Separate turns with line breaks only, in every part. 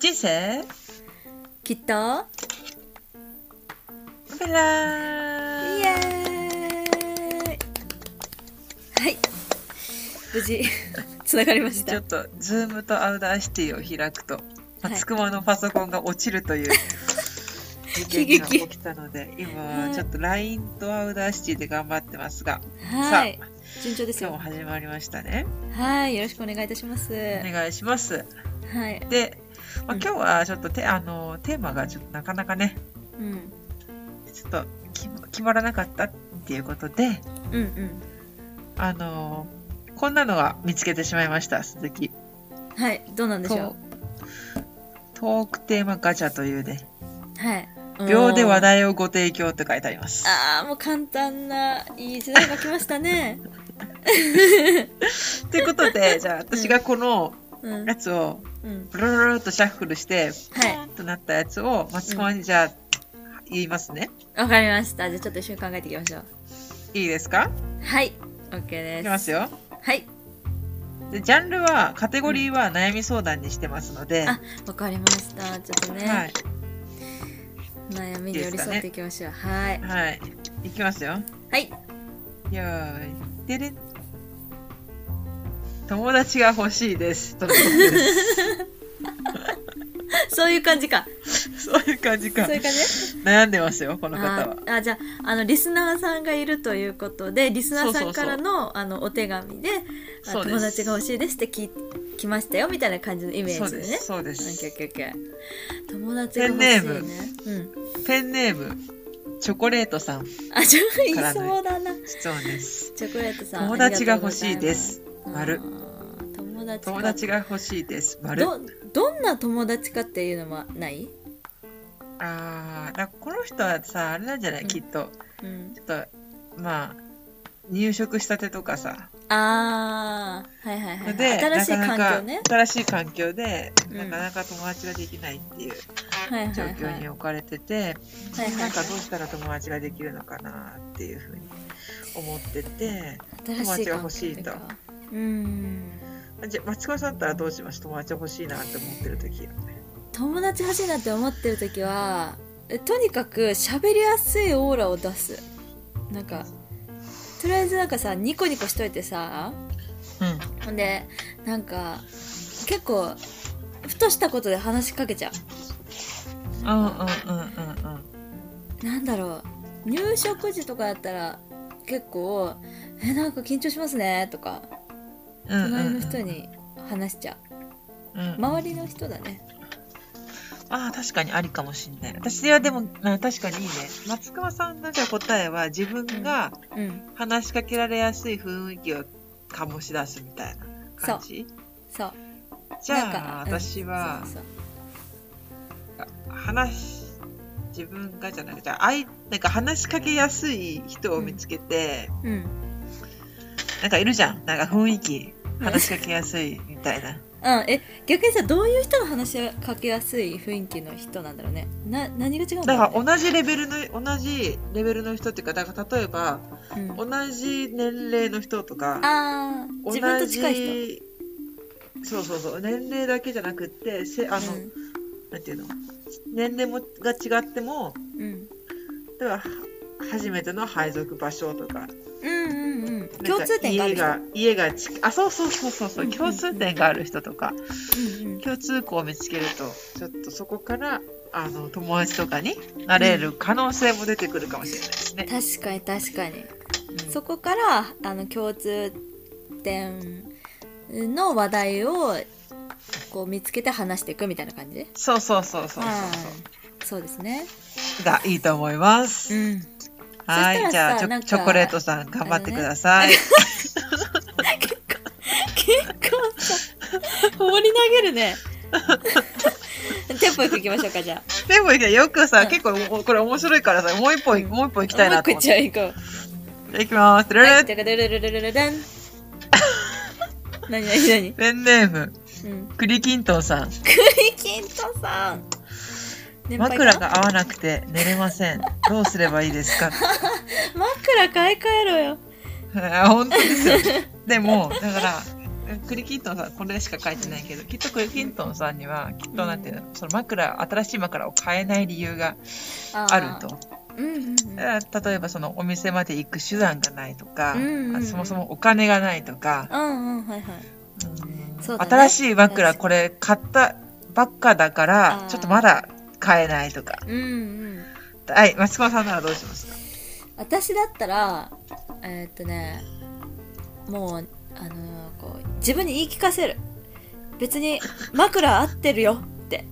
dice
きっとイ
hola.
エーイはい無事 つながりまし
ちょ
た
っと、ズームとアウダーシティを開くと、
はい
つくまのパソコンが落ちると いう
悲
事件
劇
が起きたので、今、ちょっと LINE とアウダーシティで頑張ってますが、さあ、
はい
今
順調です
日も
よ
始まりましたね。
はいよろしくお願いいたします
お願いします。
はい
で、まあ、
うん
今日はちょっとて、あの、テーマがちょっとなかなかね、
うん
ちょっと決ま決まらなかったっていうことで、
うんうん
あの、こんなのが見つけてしまいました、鈴木。
はいどうなんでしょ
トークテーマガチャというね、
うはい
秒で話
うん
題をご提供って書いてあります。
あーもう簡単ないい時代が来まし たね
ということ で、じゃあ私がこの
うん
やつを
うん
ブルルルルっとシャッフルして、
はい
ポンとなったやつをマツコマにじゃあ言いますね。
わかりましたじゃあちょっと一緒に考えていきましょう
いいですか
はい OK で
いき
す
ますよ。
はい
で、ジャンルは、カテゴリーは悩み相談にしてますので、
あわかりましたちょっとね、
はい。
悩みに寄り添っていきましょう、はい
はい。いきますよ。
はい
よーい。でれん。友達が欲しいです。とのことです。
そういう感じか。
そういう感じ
そう
か。
いう感じ
悩んでますよ、この方
あ
は。
ーあ、じゃあ、あの、リスナーさんがいるということで、リスナーさんからの、あの、お手紙で、あ
そうです
友達が欲しいですって聞き来ましたよ、みたいな感じのイメー
そう
ジで
で
ね。
す。そうで
オッケーオ
す。
ッケーオッケー友達が欲しい
ペ
ね
ンネー。
うん。
ペンネーム、チョコレートさん。
あ、ちょ、言い
からね
そうだな。
質問です。
チョコレートさん。
友達が欲しいです。
ありが
丸
と。うございます。あー友達か
友達が欲しいです。丸。
ど、どんな友達かっていうのはない
あー、なんかこの人はさ、あれなんじゃない、
うん
きっと。
うん。
ちょっと、まあ、入職したてとかさ。
ああ、はいはいはいはい、
で、
新しい環境
な。かな
ね
か新しい環境で、
うん
なかなか友達ができないっていう
はいはい
状
はい
況に置かれてて、
はいはい
なんかどうしたら友達ができるのかなっていうふうに思ってて、
新しい環境ってい
友
う
達が
かうん
じゃあ、松川さんだったらどうします友達欲しいなって思ってる時。
友達欲しいなって思ってる時はえとにかく喋りやすいオーラを出すなんかとりあえずなんかさニコニコしといてさ
うん。
ほんでなんか結構ふとしたことで話しかけちゃ
うんうんうんうんうん。
うなんだろう入職時とかだったら結構「えなんか緊張しますね」とか隣の人に話しちゃ
うんうんうん、
う周りの人だね
ああ確かにありかもしんない私はでも、あ、確かにいいね松川さんのじゃあ答えは自分が
うん
話しかけられやすい雰囲気を醸し出すみたいな感じ
そう
じ
なん
ゃあ
かうん
私は
そうそう
話し自分がじゃなくてあいなんか話しかけやすい人を見つけて、
うん
なんかいるじゃんなんか雰囲気話しかけやすいみたいな
うん、え逆にさどういう人の話しかけやすい雰囲気の人なんだろうねな何が違うんだ
だ
ろ
か
う、
ら
ね
同じレベルの同じレベルの人っていうかだから例えば
うん
同じ年齢の人とか
あー
同
自
じ
分と近い人、
そうそうそう年齢だけじゃなくってせあの、なんていうの年齢もが違っても
うんうん、
例えばは初めての配属場所とか
うんうんうん
なんか
共通点がある人
家が家が近あそうそうそうそうそう、
うんうんうん
共通点がある人とか
うんうん
共通項を見つけるとちょっとそこからあの友達とかになれる可能性も出てくるかもしれないですね。
確かに確かに、
うん
そこからあの共通点の話題をこう見つけて話していくみたいな感じ
そうそうそうそうそう
はいそうですね
そうがいいと思います。
うん
は
そ
い、
し
じ
たら
ゃ
さ
あチ
なん
ョ
か
チョコレートさん頑張ってください。
結構結構さ放り投げるねテンポよくいきましょうかじゃあ
でもいいけどよくさ、
うん
結構おこれ面白いからさ、もう一本、もう一本行きたい
もう
な
一
と
個
思
いっ
って。
ちゃういこう
じゃあ行きます。ルル
はい
ル
じゃあルルルルルルルン何何何
ペンネーム、
うん
クリキントンさん。
栗きんとさん年配かな
枕が合わなくて寝れません。どうすればいいです か
枕買い替えろよ
あ本当ですよ。でも、だから、クリキントンさん、これしか書いてないけど、きっとクリキントンさんには、きっとなんていうの、その枕、新しい枕を買えない理由が
あー
あると。
うんうんうん
だから例えば、そのお店まで行く手段がないとか、
うんうんうん
あそもそもお金がないとか、
うんうんはいはい
うん
そうだね
新しい枕、これ買ったばっかだか
あ
ら
ー、
ちょっとまだ買えないとか。
うんうん
はい、マツコさんならどうしますか
私だったらえーっとねもうあのーこう自分に言い聞かせる別に枕合ってるよって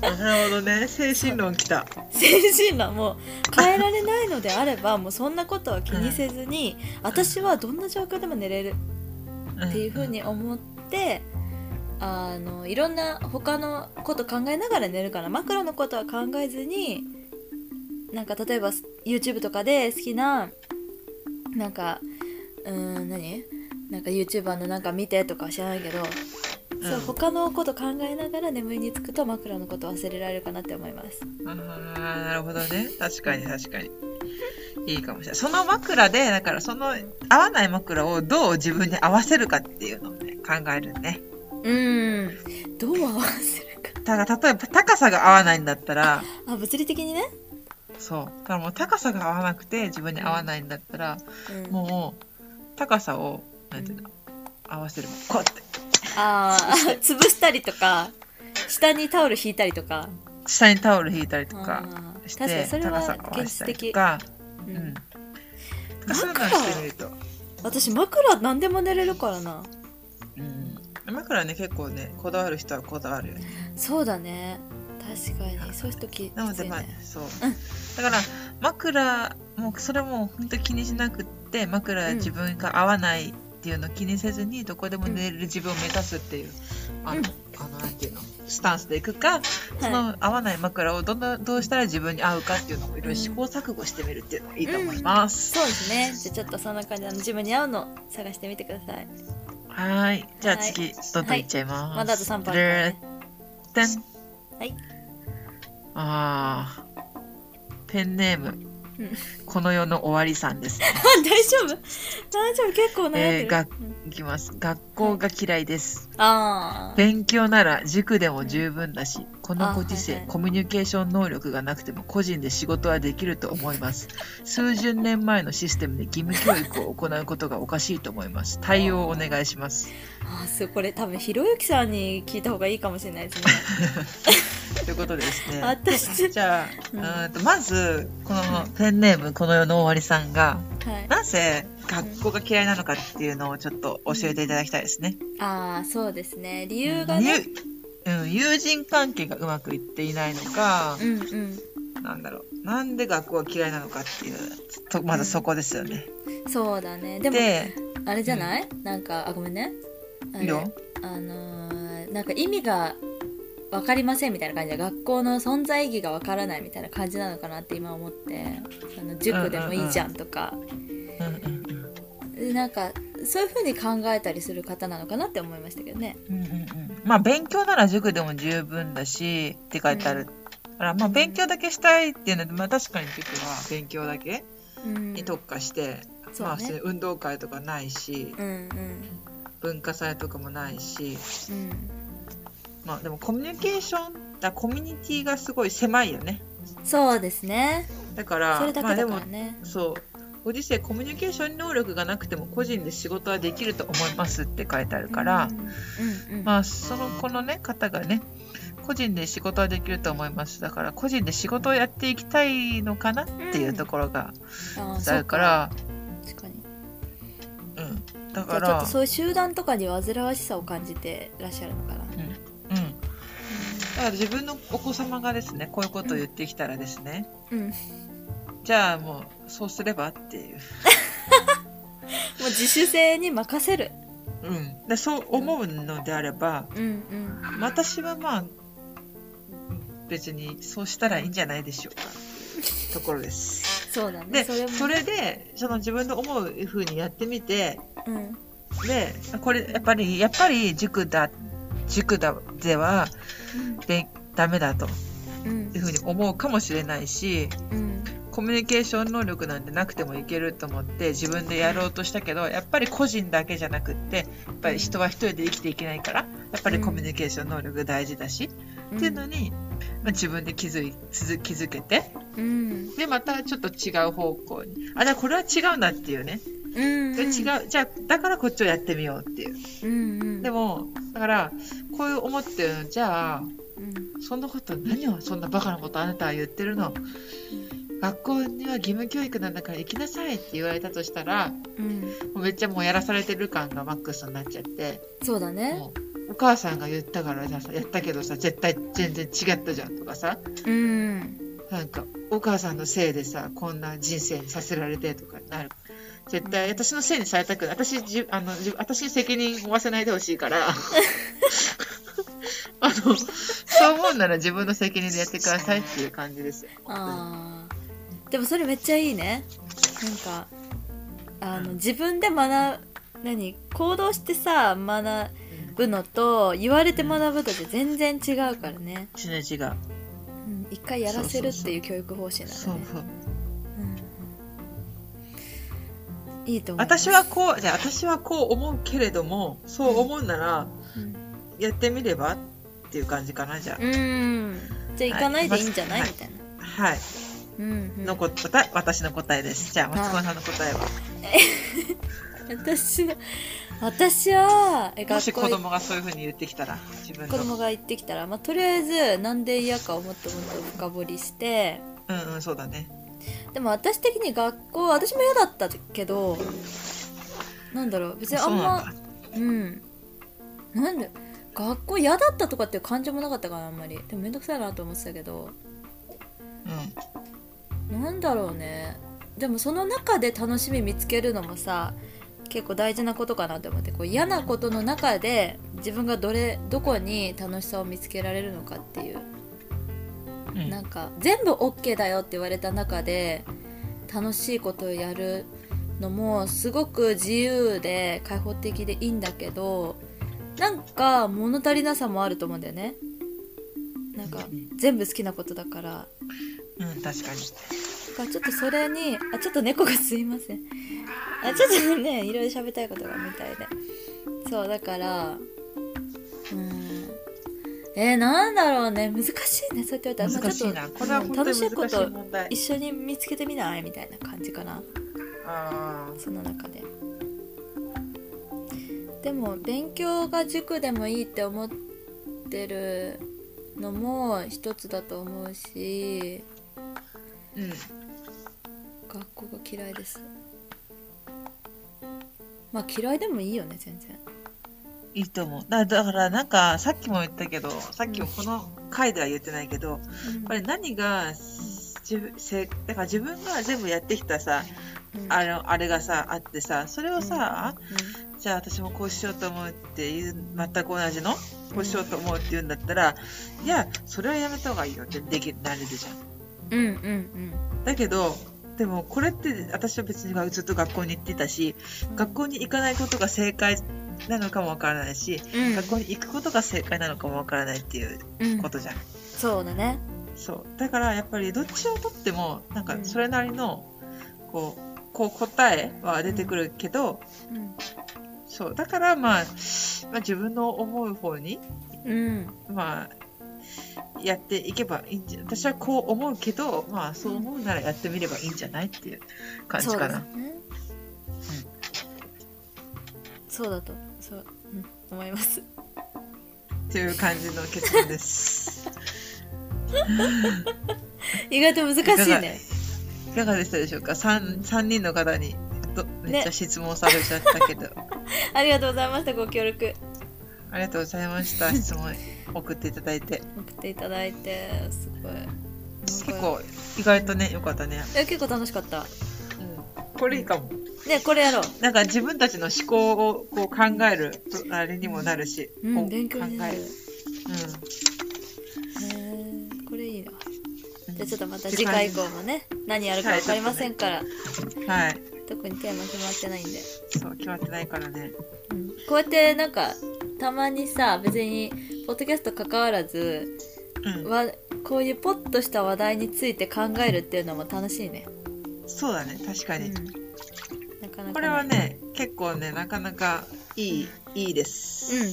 なるほどね、精神論きた。
精神論もう変えられないのであればもうそんなことは気にせずに私はどんな状況でも寝れるっていう風に思ってあのいろんな他のこと考えながら寝るから枕のことは考えずになんか例えば YouTube とかで好きななんかうーん何なんか YouTuber のなんか見てとかは知らないけど、
うん
そう他のこと考えながら眠りにつくと枕のこと忘れられるかなって思います
ああなるほどね確かに確かにいいかもしれないその枕でだからその合わない枕をどう自分に合わせるかっていうのをね考えるね
うんどう合わせるか
だから例えば高さが合わないんだったら
あ物理的にね、
そうだからもう高さが合わなくて自分に合わないんだったら
うん、
もう高さをなんていうの合わせるこうやって
あー潰したりとか下にタオル引いたりとか
下にタオル引いたりとか
あー
し
確かに
て
それ
高さ
は
が合わ
現
せた
実
りと
的、
か
う
うんんそういうのをしてみると
私枕何でも寝れるからな
うん枕ね結構ねこだわる人はこだわるよね
そうだね確かにそういう人き
なの
きつ
で
い
まあ
ね
そう、
うん
だから枕もうそれも本当気にしなくって枕
うん
自分が合わないっていうのを気にせずにどこでも寝れる自分を目指すっていう、あの、
うん
あのなんていうのスタンスでいくか、その合わない枕をどんなどうしたら自分に合うかっていうのをいろいろ試行錯誤してみるっていうのもいいと思います、
そうですねじゃあちょっとそんな感じであの自分に合うの探してみてください
はーいじゃあ次、どんどんいっちゃいます、
まだあと3分あるからね
てん
はい
あーペンネーム、
うん
この世の終わりさん ですね、
あ 大丈夫大丈夫結構悩んで
えー
る、
が
うん
いきます学校が嫌いです
あー
勉強なら塾でも十分だしこのご時世、
あはいはい
コミュニケーション能力がなくても個人で仕事はできると思います数十年前のシステムで義務教育を行うことがおかしいと思います対応をお願いします
あーすごいこれ多分ひろゆきさんに聞いた方がいいかもしれないですね
ということでですね
私
じゃあ、
う
うんーんとまずこのペンネームこの世の終わりさんが
はい
なぜ学校が嫌いなのかっていうのをちょっと教えていただきたいですね。
ああそうですね理由がね
ゆうん、友人関係がうまくいっていないのか
う、んうん
なんだろう、なんで学校が嫌いなのかっていう、とまずそこですよね。
そうだねでも
で、
あれじゃない、なんかあごめんねあ
いい
れ
よ
あのーなんか意味が分かりませんみたいな感じで学校の存在意義が分からないみたいな感じなのかなって今思ってその塾でもいいじゃんとか、
うんうん
でなんかそういう風に考えたりする方なのかなって思いましたけどね
うんうんうんうんまあ勉強なら塾でも十分だしって書いてある。からまあ勉強だけしたいっていうので、まあ確かに塾は勉強だけ
うん
に特化して、
そう
まあ普通に
ね
運動会とかないし、
うんうん
文化祭とかもないし、
うん
まあでもコミュニケーションだコミュニティがすごい狭いよね
そうですね
だから
それだ
まあ
け
で
だか
も
らね、
そうご時世コミュニケーション能力がなくても個人で仕事はできると思いますって書いてあるから
う、んうんうん
まあそのこのね方がね個人で仕事はできると思いますだから個人で仕事をやっていきたいのかなっていうところが
あー
あ
そう
るから、
確かに
うんだ
じゃ
か
あちょっ
ら
とそういう集団とかに煩わしさを感じてらっしゃるのかな、
うんだから自分のお子様がですねこういうことを言ってきたらですね、
うん、もう
じゃあもうそうすればっていう
自主性に任せる
うん、でそう思うのであれば
うんうん
私はまあ別にそうしたらいいんじゃないでしょうかところです。
そうだ
で
ねそ
そ
れ
れ
も
でその自分の思うふうにやってみて
うん
でこれやっぱりやっぱり塾だ塾だではべダメだと
うん
いうふうに思うかもしれないし
うん
コミュニケーション能力なんてなくてもいけると思って自分でやろうとしたけどやっぱり個人だけじゃなくってやっぱり人は一人で生きていけないからやっぱりコミュニケーション能力が大事だし、っていうのに、まあ、自分で気づい続気づけて
うん
でまたちょっと違う方向にあじゃあこれは違うんだっていうね
うん
で違うじゃあだからこっちをやってみようっていう
うんうん
でもだからこういう思ってるのじゃあ
うん
そんなこと何をそんなバカなことあなたは言ってるの学校には義務教育なんだから行きなさいって言われたとしたら
うん
もうめっちゃもうやらされてる感がマックスになっちゃって
そうだね
もうお母さんが言ったからさやったけどさ絶対全然違ったじゃんとかさ
うん
なんかお母さんのせいでさこんな人生にさせられてとかなる絶対私のせいにされたくない私じあのじ私に責任負わせないでほしい からあのそう思うなら自分の責任でやってくださいっていう感じですよ
あーでもそれめっちゃいいねなんかあの自分で学ぶ何行動してさ学ぶのと言われて学ぶのって全然違うからね、
違う違う
うん、一回やらせるっていう教育方針だ
そう
よね
そう
うんうんいいと思う
私はこうじゃあ私はこう思うけれどもそう思うなら
うん
やってみればっていう感じかなじゃ
うんじゃあ行かないでいいんじゃない、
はい
みたいな
あはい
うんうん
のこ答え私の答えですじゃあ松本さんの答えは
私の私はえ
も
学
し
校
子
行っ
供がそういうふうに言ってきたら自分の
子供が行ってきたら、まあ、とりあえずなんで嫌かをもっともっと深掘りして
うんうんそうだね
でも私的に学校私も嫌だったけどなんだろう別にあん
そうな
ま
んだ
うんなんで学校嫌だったとかっていう感情もなかったかなあんまりでもめんどくさいなと思ってたけどなんだろうねでもその中で楽しみ見つけるのもさ結構大事なことかなと思ってこう嫌なことの中で自分がどれどこに楽しさを見つけられるのかっていう
うんうん
なんか全部 OK だよって言われた中で楽しいことをやるのもすごく自由で開放的でいいんだけどなんか物足りなさもあると思うんだよねなんか全部好きなことだから
うん確かに
だからちょっとそれにあちょっと猫がすいませんあちょっとねいろいろ喋りたいことがみたいでそうだからうーんえー、なんだろうね難しいねそうやって言われたらまあ
難
ち
し
ょっ
い
と
なこれは
う
本
ん
当
楽
に
しいこ
難しい
と
問題
一緒に見つけてみないみたいな感じかな
あ
その中ででも勉強が塾でもいいって思ってるのも一つだと思う
ー
し
うん
学校が嫌いですまあ嫌いでもいいよね全然
いいと思うだだからなんかさっきも言ったけどさっきもこの回では言ってないけどやっぱり何が自分せだから自分が全部やってきたさ
うん
あれあれがさあってさそれをさ、
う
じゃあ私もこうしようと思うっていう全く同じのこうしようと思うっていうんだったら、いやそれはやめた方がいいよってできなれるじゃん
んうんうん
だけどでもこれって私は別にずっと学校に行ってたし学校に行かないことが正解なのかもわからないし、
うん
学校に行くことが正解なのかもわからないっていう
うん
ことじゃん、
そうだね
そうだからやっぱりどっちをとってもなんか
うん
それなりのこうこう答えは出てくるけど、
うん
そうだから、まあ、まあ自分の思う方に
うん
まあやっていけばいいんじゃ私はこう思うけどまあそう思うならやってみればいいんじゃないっていう感じ
そう
か
です
な。
ねそうだとそう、うん、思います
っていう感じの結論 です。
意外と難しいね
いかがでしたでしょうか ?3、三人の方にどめっちゃ質問されちゃった けど、
ありがとうございましたご協力
ありがとうございました。質問送っていただいて。
送っていただいてすごい
結
なんか
構意外とね、よかったね。
いや結構楽しかった
うん、これいいかも。
ねこれやろう
なんか自分たちの思考をこう考えるあれにもなるし、
う
こ
ん勉強になる
考え
へーこれいいな
うん。
じゃあちょっとまた次回以降もね何やるか分かりませんから、
はい。
特にテーマ決まってないんで、
そう、決まってないからね。
うん、こうやってなんかたまにさ別にポッドキャスト関わらず
うん。
はこういうポッとした話題について考えるっていうのも楽しいね、
そうだね確か
う
に、
ん、なかなか、
これはね結構ねなかなかいいいいです、
じゃあ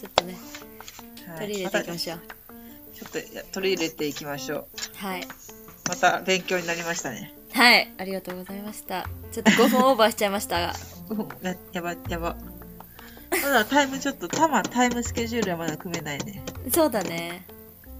ちょっとね
はい
取り入れていきましょう
またちょっといや取り入れていきましょう
はい
また勉強になりましたね
はいありがとうございましたちょっと5分オーバーしちゃいましたが
うんややばやばまだタイムちょっとたまタイムスケジュールはまだ組めないね
そうだね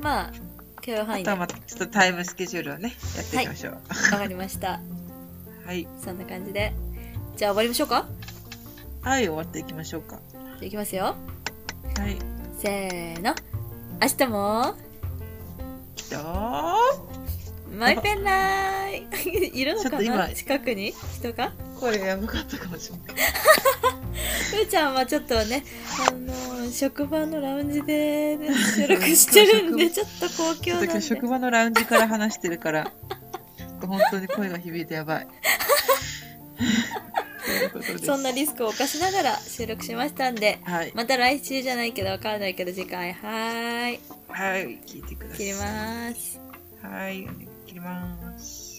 まあ許容
あ
範囲で
とは
わ
またちょっとタイムスケジュールをねやっていきましょう
かりました
はい
そんな感じでじゃあ終わりましょうか
はい、終わっていきましょうか
じゃあいきますよ
はい
せーの明日も
きたー
マイペン ライいるのか
ちょっと
な
今
近くに人が
声がやばかったかもしれないう
ーちゃんはちょっとね、あのー職場のラウンジで、ね、収録してるんで、ちょっと公
ちょ
共
っと
なん
今
で。
日職場のラウンジから話してるから本当に声が響いてやば いということです
そんなリスクを犯しながら収録しましたんで、
はい、
また来週じゃないけど、わからないけど、次回、はーい、
はい、聞いてください
切ります。
はい、切ります